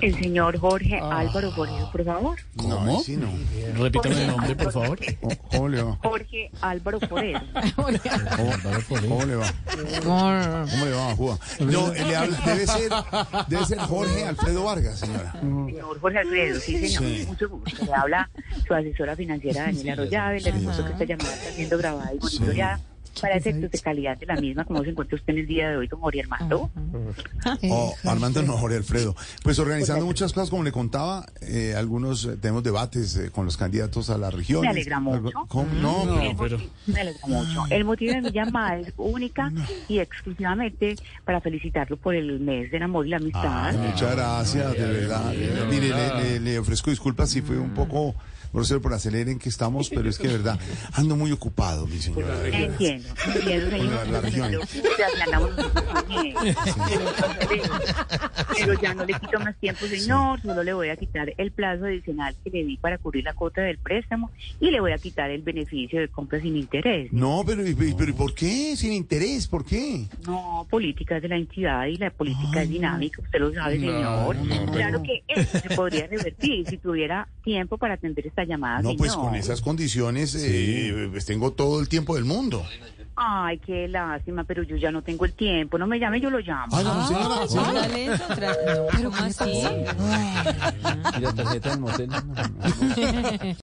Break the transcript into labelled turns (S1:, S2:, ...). S1: El señor Jorge Álvaro Forero, por favor.
S2: No,
S3: ¿Cómo?
S2: ahí sí no.
S3: Repítame el nombre, por favor.
S2: O- ¿Cómo le va?
S1: Jorge Álvaro Forero.
S3: Álvaro Forero.
S2: ¿Cómo le va? ¿Cómo le va, Juan? No, le habla- debe, ser, debe ser Jorge Alfredo Vargas, señora.
S1: Señor Jorge Alfredo, sí, señor.
S2: Sí.
S1: Mucho gusto. Le habla su asesora financiera Daniela Arroyave. Le recuerdo que esta llamada está siendo grabada y monitoreada. Para efectos de calidad de la misma, como se encuentra usted en el día de hoy, don Jorge Armando.
S2: Oh, Armando, no, Jorge Alfredo. Pues organizando muchas cosas, como le contaba, eh, algunos eh, tenemos debates eh, con los candidatos a la región.
S1: Me alegra mucho. Mm,
S2: ¿Cómo? No,
S3: No,
S2: pero-
S3: pero-
S1: Me alegra mucho. El motivo de mi llamada es única y exclusivamente para felicitarlo por el mes del amor y la amistad.
S2: Ay, muchas gracias, de verdad. Mire, le, le- le ofrezco disculpas si fue un poco grosero por acelerar en que estamos, pero es que de verdad ando muy ocupado, mi señora. de verdad.
S1: Entiendo, entiendo, señor.
S2: la región.
S1: Te aplanamos nosotros también. Pero ya no le quito más tiempo, señor. Solo le voy a quitar el plazo adicional que le di para cubrir la cuota del préstamo y le voy a quitar el beneficio de compra sin interés.
S2: No, pero, y- pero ¿y ¿por qué? Sin interés, ¿por qué?
S1: No, política es de la entidad y la política
S2: Ah.
S1: es dinámica, usted lo sabe, señor. claro que eso se podría revertir si tuviera tiempo para atender esta llamada.
S2: No, pues
S1: señor.
S2: con esas condiciones eh, pues tengo todo el tiempo del mundo.
S1: Ay, qué lástima, pero yo ya no tengo el tiempo. No me llame, yo lo llamo.
S2: Ah, no, señora, señora.
S4: Dale, otra. No, ¿cómo así?
S5: Y la tarjeta del motel.